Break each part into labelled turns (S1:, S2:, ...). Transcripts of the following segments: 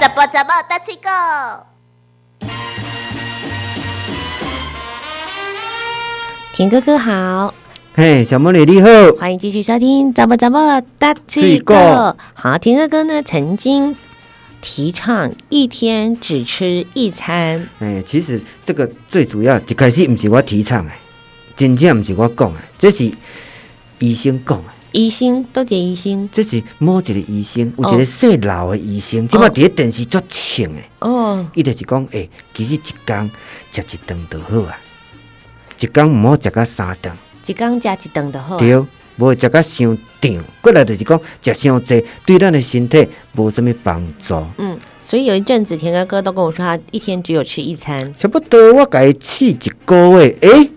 S1: 怎么怎么大七狗？
S2: 田哥哥好，
S3: 嘿，小魔女你好，
S2: 欢迎继续收听《怎么怎么大
S3: 这
S2: 气
S3: 个
S2: 哥》。好，田哥哥呢曾经提倡一天只吃一餐，
S3: 哎，其实这个最主要一开始毋是我提倡的，真正毋是我讲的，这是医生讲的，
S2: 医生都解医生
S3: 这是某一个医生，有
S2: 哦
S3: 一个细老的医生，即摆
S2: 哦
S3: 伫咧电视足请的，
S2: 哦，
S3: 伊就是讲，哎，其实一工食一顿就好啊，一工毋好食到三顿，
S2: 一天加一顿就好。
S3: 对，无食到伤胀，过来就是讲食伤济，对咱的身体无什物帮助。
S2: 嗯，所以有一阵子田哥哥都跟我说，他一天只有吃一餐。
S3: 差不多我家试一个月，诶、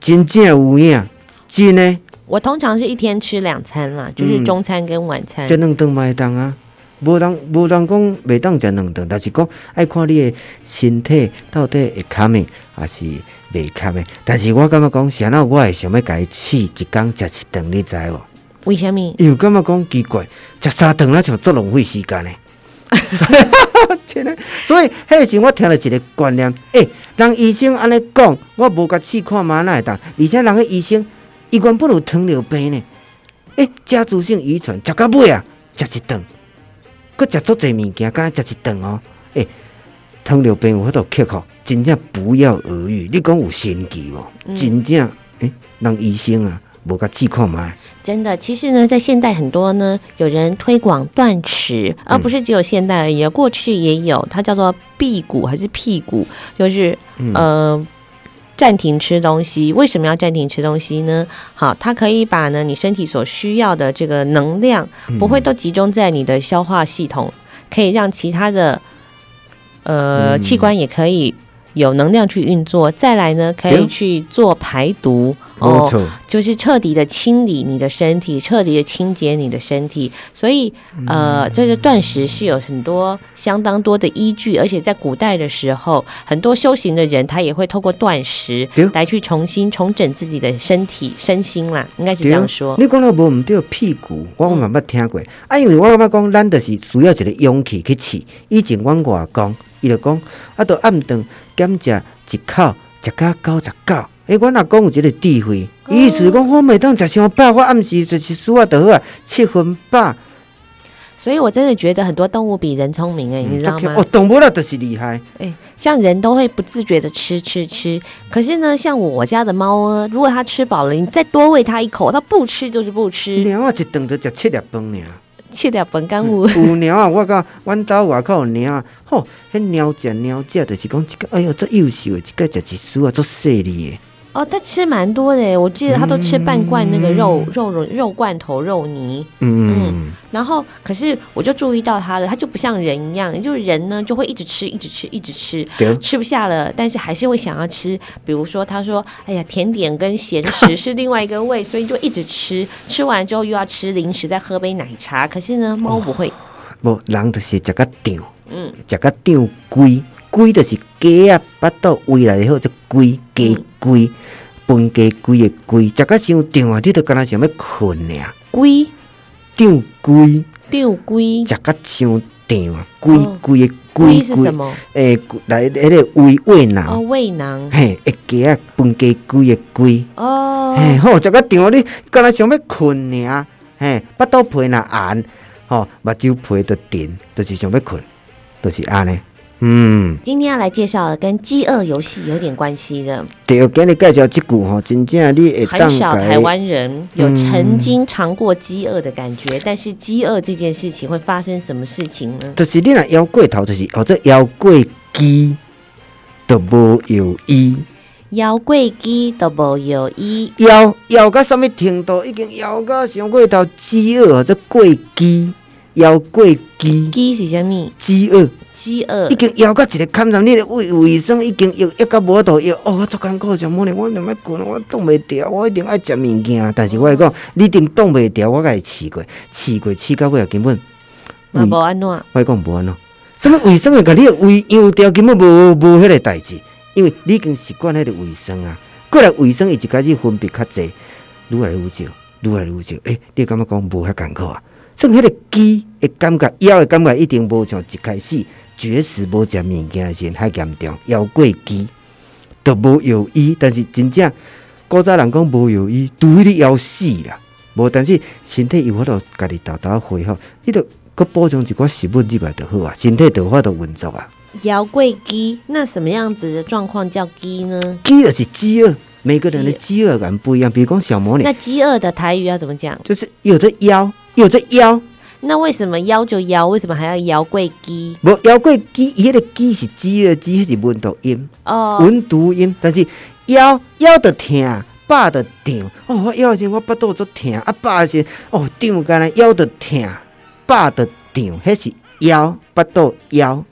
S3: 真正有影，真诶，
S2: 我通常是一天吃两餐啦，就是
S3: 嗯
S2: 中餐跟晚餐。
S3: 这两顿麦当啊。无人无人讲袂当食两顿，但是讲爱看你诶身体到底会堪诶，还是袂堪诶。但是我感觉讲，谁那我会想要家试一工食一顿，你知无？
S2: 为什么？
S3: 因为感觉讲奇怪，食三顿那像足浪费时间诶。真的，所以迄时我听到一个观念，诶、人医生安尼讲，我无甲试看嘛哪会当？而且人个医生，伊原本有糖尿病呢，诶、家族性遗传，食到尾啊，食一顿，佮食足侪物件，敢若食一顿哦，诶、糖尿病有法度克服，真正不药而愈。你讲有神奇无？真正，诶、人医生啊，无甲试看嘛。
S2: 真的，其实呢，在现代很多呢，有人推广断食，而不是只有现代而已，过去也有，它叫做辟谷还是辟谷，就是、呃暂停吃东西。为什么要暂停吃东西呢？好，它可以把呢你身体所需要的这个能量，不会都集中在你的消化系统，可以让其他的呃、
S3: 嗯
S2: 器官也可以。有能量去运作，再来呢，可以
S3: 对
S2: 去做排毒哦
S3: 无错，
S2: 就是彻底的清理你的身体，彻底的清洁你的身体。所以，
S3: 嗯
S2: 呃，这个断食是有很多相当多的依据，而且在古代的时候，很多修行的人他也会透过断食
S3: 对
S2: 来去重新重整自己的身体身心啦，应该是这
S3: 对啊
S2: 样说。
S3: 你讲了无毋对，屁股我我嘛捌听过。啊，因为我感觉讲，咱就是需要一个勇气去试。以前阮外公，伊就讲，啊，到暗顿减食一口，食到九十九。诶、阮阿公有一个智慧，
S2: 哦
S3: 伊意思是讲，我袂当食伤饱，我暗时就是输啊就好啊，七分饱。
S2: 所以我真的觉得很多动物比人聪明哎、你知道吗？
S3: 哦，动物啦，就是厉害。
S2: 哎，像人都会不自觉的吃吃吃，可是呢，像我家的猫呢，如果它吃饱了，你再多喂它一口，它不吃就是不吃，
S3: 猫啊，一顿就食七粒饭尔。
S2: 吃了本干物。
S3: 有猫啊，我讲，阮兜外口有猫啊，吼，迄猫食猫食，就是讲一个，哎哟，足优秀的，一个食一输啊，足细腻的。
S2: 哦，他吃蛮多的耶，我记得他都吃半罐那个肉、肉肉肉罐头肉泥，
S3: 嗯，
S2: 然后可是我就注意到他了，他就不像人一样，就是人呢就会一直吃，一直吃，一直吃，
S3: 对，
S2: 吃不下了，但是还是会想要吃。比如说他说，哎呀，甜点跟咸食是另外一个胃，所以就一直吃，吃完之后又要吃零食，再喝杯奶茶。可是呢，猫不会，
S3: 无人就是食甲胀，
S2: 嗯，
S3: 食甲胀龟，龟就是鸡啊，腹肚围内好只龟，鸡龟，分鸡龟的龟，食甲伤胀啊，你都敢若想要困尔，
S2: 龟
S3: 胀龟，
S2: 丢龟
S3: 食甲伤胀啊，龟
S2: 哦
S3: 龟的
S2: 龟
S3: 龟
S2: 是什？么？
S3: 诶，龟来迄个胃胃
S2: 哦，
S3: 囊，
S2: 胃囊
S3: 嘿，一鸡啊，分鸡龟的龟，
S2: 哦，
S3: 嘿，好，食甲胀啊，你敢若想要困尔，嘿，腹肚皮若红，吼，目睭皮都沉，就是想要困，就是安尼，嗯。
S2: 今天要来介绍的跟饥饿游戏有点关系的，
S3: 对，今日介绍即句吼，真正你会
S2: 很
S3: 当
S2: 少
S3: 改
S2: 台湾人有曾经尝过饥饿的感觉，但是饥饿这件事情会发生什么事情呢？
S3: 就是你若腰过头，就是或者腰过鸡，都无有医。
S2: 腰贵鸡都无有一，
S3: 腰腰到什物程度？已经腰到伤过头，饥饿或者过鸡，腰过鸡，
S2: 鸡是什么？
S3: 饥饿
S2: 饥饿
S3: 已经腰到一个坎上，你的胃卫生已经又一到无度药。哦，我足艰苦，上某呢，我两要困，我挡袂牢，我一定爱食物件。但是我跟你讲，你一定挡袂牢，我甲伊试过，试过试到尾根本。
S2: 嘛无安怎？
S3: 我讲无安怎，什物卫生会甲你的胃养掉，根本无无迄个代志，因为你已经习惯迄个卫生啊。过来卫生伊就开始分泌较济，愈来愈少，愈来愈少。诶、你感觉讲无遐艰苦啊？算迄个肌的感觉，腰的感觉一定无像一开始绝食无食物件的时阵遐严重，腰过肌都无药医，但是真正古早人讲无药医，除非你枵死啦。无，但是身体有法度家己豆豆恢复，你着搁补充一寡食物入来就好啊，身体就有法度运作啊。
S2: 摇贵鸡，那什么样子的状况叫鸡呢？
S3: 饥饿是饥饿，每个人的饥饿感不一样。比如讲小魔女
S2: 那，饥饿的台语要怎么讲？
S3: 就是有着枵，有着枵，
S2: 那为什么腰就腰？为什么还要摇贵鸡？
S3: 无枵过饥，伊迄个饥是饥饿，饥是温度音，
S2: 哦，
S3: 温度音。但是枵枵着疼，饱着胀。哦，我枵的时候我腹肚足疼，啊饱的时候哦胀干来枵着疼，饱着胀，迄是枵腹肚枵。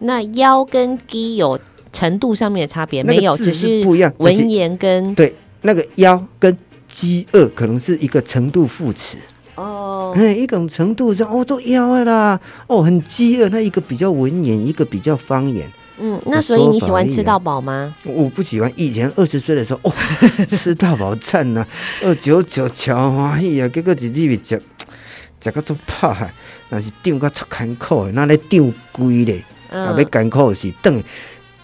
S2: 那腰跟鸡有程度上面的差别
S3: 那
S2: 没
S3: 个
S2: 有？
S3: 字
S2: 只
S3: 是不一样但是
S2: 文言跟
S3: 对，那个枵跟饥饿可能是一个程度副词。
S2: 哦
S3: 哎，一种程度上哦，都要的啦，哦，很饥饿。那一个比较文言，一个比较方言。
S2: 嗯，那所以你喜欢吃
S3: 说法一样
S2: 到饱吗？
S3: 我不喜欢以前二十岁的时 候，哦，吃大饱餐呐，二九九超欢喜啊，结果一日咪食，食到足怕，但是胀到足艰苦的，那咧胀规咧，啊，要
S2: 嗯，
S3: 艰苦的是等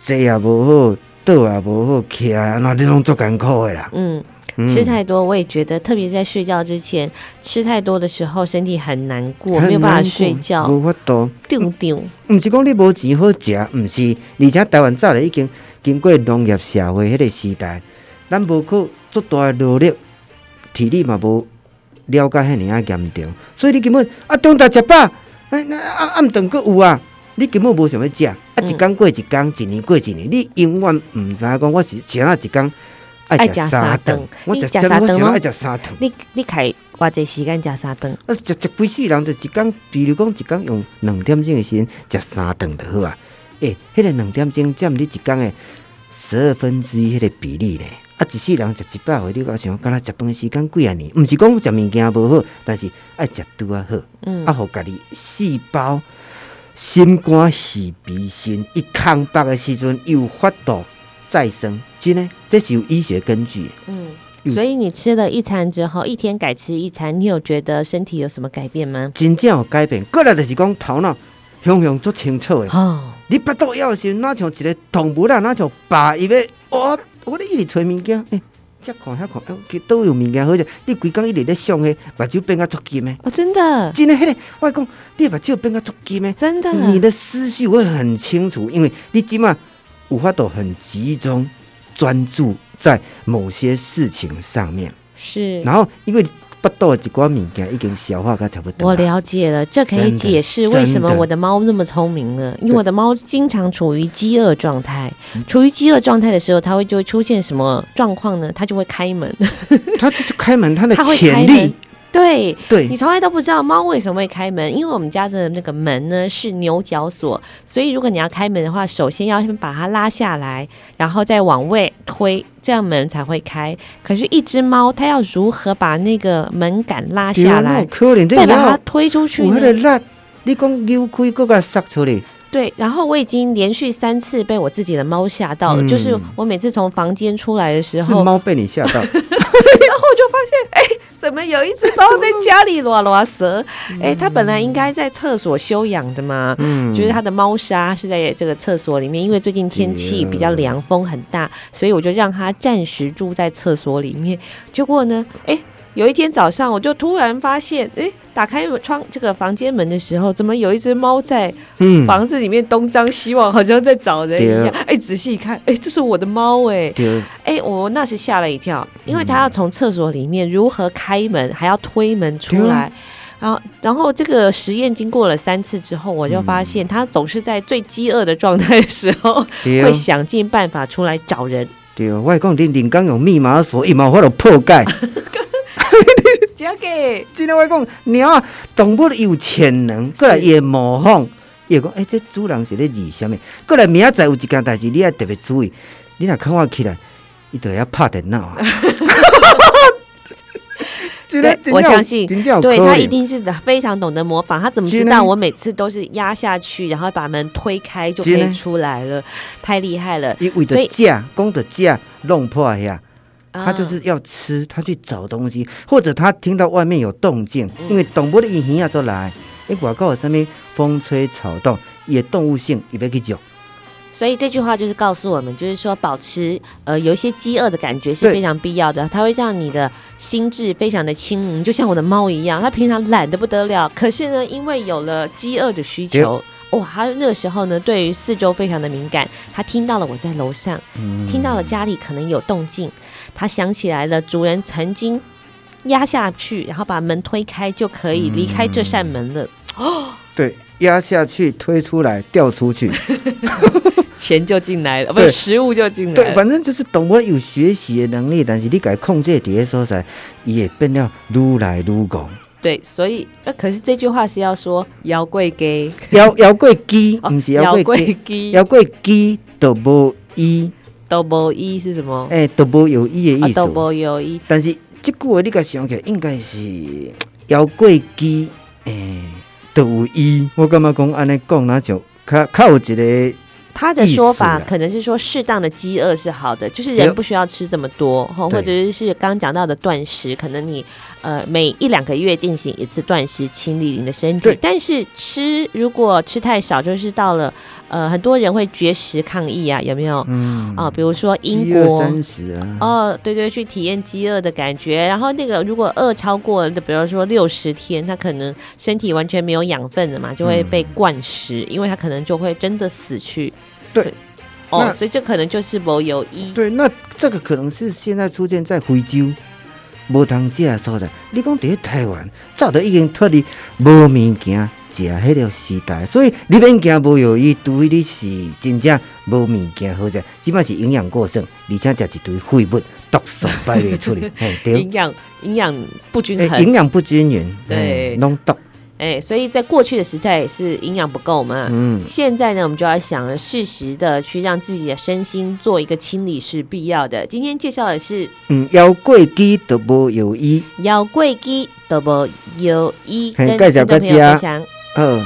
S3: 坐也无好，倒也无好，徛啊，那你拢足艰苦的啦。
S2: 嗯，
S3: 嗯
S2: 吃太多我也觉得，特别是在睡觉之前吃太多的时候，身体很难过，
S3: 很
S2: 没有办法
S3: 难过嗯
S2: 睡觉，
S3: 无法度。
S2: 丢丢。
S3: 毋是讲你无钱好食，毋是，而且台湾早就已经经过农业社会迄个时代，咱无靠足大诶努力，体力嘛无了解遐尔啊严重，所以你根本啊中昼食饱，哎那暗暗顿阁有啊，你根本无想要食，啊
S2: 嗯
S3: 一工过一工，一年过一年，你永远毋知影讲我是啥啊一工爱
S2: 爱
S3: 食
S2: 食
S3: 三
S2: 三
S3: 顿
S2: 顿，
S3: 我
S2: 你
S3: 食
S2: 食
S3: 啥
S2: 三
S3: 我
S2: 顿
S3: 想
S2: 哦
S3: 爱食三顿。
S2: 你你开偌济时间食三顿？
S3: 啊，食食规世人，就一工，比如讲一工用两点钟的时间食三顿就好啊。诶、迄、个两点钟占你一工的十二分之一迄个比例呢。啊，一世人食一百回，你我想，敢若食饭的时间几啊年？毋是讲食物件无好，但是爱食拄啊好，
S2: 嗯
S3: 啊，互家己细胞、心肝、肺、鼻、心一空白的时阵，有法度再生，真诶，这是有医学根据的。
S2: 嗯
S3: 有，
S2: 所以你吃了一餐之后，一天改吃一餐，你有觉得身体有什么改变吗？
S3: 真正有改变，过来就是讲头脑雄雄足清楚的。
S2: 哦，
S3: 你腹肚枵的时候，哪像一个动物啊，哪像爸伊要哦，我咧一直找物件，诶、遮看遐看，哎、欸，倒有物件好食，你规工一直咧想迄，目睭变甲啊足金的，
S2: 哦，真的，
S3: 真诶，迄、个我跟你讲你的目睭变甲啊足金的，
S2: 真的，
S3: 你的思绪会很清楚，因为你即马有法度很集中专注在某些事情上面，
S2: 是。
S3: 然后因为你腹肚的一寡物件已经消化甲差不多
S2: 我
S3: 了。
S2: 了解了，这可以
S3: 真的
S2: 解释为什么
S3: 真的
S2: 我的猫那么聪明了，因为我的猫经常处于饥饿状态。
S3: 嗯
S2: 处于饥饿状态的时候，它会就会出现什么状况呢？它就会开门，
S3: 它就是开门，它的
S2: 它会开
S3: 潜力
S2: 门，。对，
S3: 对
S2: 你，从来都不知道猫为什么会开门，因为我们家的那个门呢是牛角锁，所以如果你要开门的话，首先要先把它拉下来，然后再往外推，这样门才会开。可是，一只猫它要如何把那个门杆拉
S3: 对啊
S2: 下
S3: 那有
S2: 来，
S3: 可能，
S2: 再把
S3: 对
S2: 它
S3: 啊
S2: 推出去
S3: 有迄个
S2: 呢？
S3: 力，你讲扭开，搁甲塞出来，
S2: 对，然后我已经连续三次被我自己的猫吓到了，
S3: 嗯
S2: 就是我每次从房间出来的时
S3: 是
S2: 候，
S3: 猫被你吓 到，
S2: 然后我就发现，哎、怎么有一只猫在家里拉拉舌？哎、它本来应该在厕所休养的嘛。
S3: 嗯，
S2: 就是它的猫砂是在这个厕所里面，因为最近天气比较凉，风很大，所以我就让它暂时住在厕所里面。结果呢，哎，有一天早上我就突然发现，哎，打开窗这个房间门的时候，怎么有一只猫在
S3: 嗯，
S2: 房子里面东张西望，好像在找人一样
S3: 对。啊
S2: 哎，仔细一看，哎，这是我的猫哎。
S3: 对，
S2: 哎，我那时吓了一跳，因为他
S3: 嗯
S2: 要从厕所里面如何开门，还要推门出
S3: 啊
S2: 来。然后，然后这个实验经过了三次之后，我就发现他总是在最饥饿的状态的时候，会
S3: 嗯对，啊
S2: 想尽办法出来找 人。
S3: 对，我讲恁林刚用密码锁，伊嘛有法度 破解。
S2: 交给
S3: 真的，我讲猫啊，动物有潜能，过来
S2: 是
S3: 伊会模仿，伊会讲，哎、这主人是咧治啥物？过来明仔载有一件代志，你要特别注意， 你若看我起来，伊就要拍电脑啊，真的
S2: 对
S3: 真
S2: 我
S3: 正有
S2: 相信
S3: 真正有
S2: 对
S3: 可
S2: 他
S3: 能
S2: 一定是非常懂得模仿，他怎么知
S3: 真的
S2: 道我每次都是压下去，然后把门推开就可
S3: 真的
S2: 以出来了？太厉害了！
S3: 伊为
S2: 所
S3: 着
S2: 以
S3: 价，讲着价弄破呀，他就
S2: 啊
S3: 是要吃，他去找东西，或者他听到外面有动静，因为动物的伊耳啊都来，因外国有啥物风吹草动，伊的动物性伊要去找，
S2: 所以这句话就是告诉我们，就是说保持呃有一些饥饿的感觉是
S3: 对
S2: 非常必要的，它会让你的心智非常的轻盈，就像我的猫一样，它平常懒得不得了，可是呢，因为有了饥饿的需求。哦哇，它那个时候呢，对于四周非常的敏感。它听到了我在楼上，嗯听到了家里可能有动静，它想起来了，主人曾经压下去，然后把门推开就可以离开这扇门了。
S3: 对，压下去推出来掉出去，
S2: 钱就进来了，不是
S3: 对
S2: 食物就进来了。
S3: 对，反正就是动物有学习的能力，但是你该控制伫个所在，伊会变了愈来愈 戆。
S2: 对，所以那、呃可是这句话是要说摇贵给，
S3: 摇摇过鸡，
S2: 哦
S3: 毋是摇
S2: 摇
S3: 过鸡
S2: 贵，给
S3: 摇过鸡都无伊，
S2: 都无一 E 是什么？
S3: 诶，都无有伊
S2: 啊
S3: 的哎意，
S2: 都
S3: 思。
S2: 无有一
S3: 但是即句话你甲想起来，应该是呃摇过机诶，呃都、有伊。我感觉讲安尼讲，那就较较有一个
S2: 他的
S3: 意思
S2: 说法
S3: 啦
S2: 可能是说，适当的饥饿是好的，就是
S3: 没
S2: 人
S3: 有
S2: 不需要吃这么多，吼
S3: 对
S2: 或者是刚刚讲到的断食，可能你呃每一两个月进行一次断食，清理你的身体
S3: 对。
S2: 但是吃如果吃太少，就是到了呃很多人会绝食抗议啊，有没有？
S3: 嗯
S2: 啊，比如说英
S3: 饥
S2: 国
S3: 饿三十啊，
S2: 哦，对对，去体验饥饿的感觉。然后那个如果饿超过，比如说六十天，他可能身体完全没有养分了嘛，就会被灌食，因为他可能就会真的死去。
S3: 对。
S2: 哦
S3: 那，
S2: 所以这可能就是某有一
S3: 对，那这个可能是现在出现在非洲无通食的所在。你讲伫咧台湾，早都已经脱离无物件食迄个时代，所以你免惊无药医，除非你是真正无物件好食，即摆是营养过剩，而且食一堆废物，毒素排袂出去，嘿， 对
S2: 营。养营养不均
S3: 诶，
S2: 衡
S3: 哎营，养不均匀，
S2: 对
S3: 嘿拢毒，
S2: 哎、所以在过去的时代是营养不够嘛。
S3: 嗯，
S2: 现在呢，我们就要想了适时的去让自己的身心做一个清理是必要的。今天介绍的是
S3: 嗯，腰过肌都无有益，
S2: 腰贵鸡，都不有一
S3: 嘿
S2: 跟
S3: 介绍
S2: 听众
S3: 到
S2: 朋友
S3: 这
S2: 分享。
S3: 呃。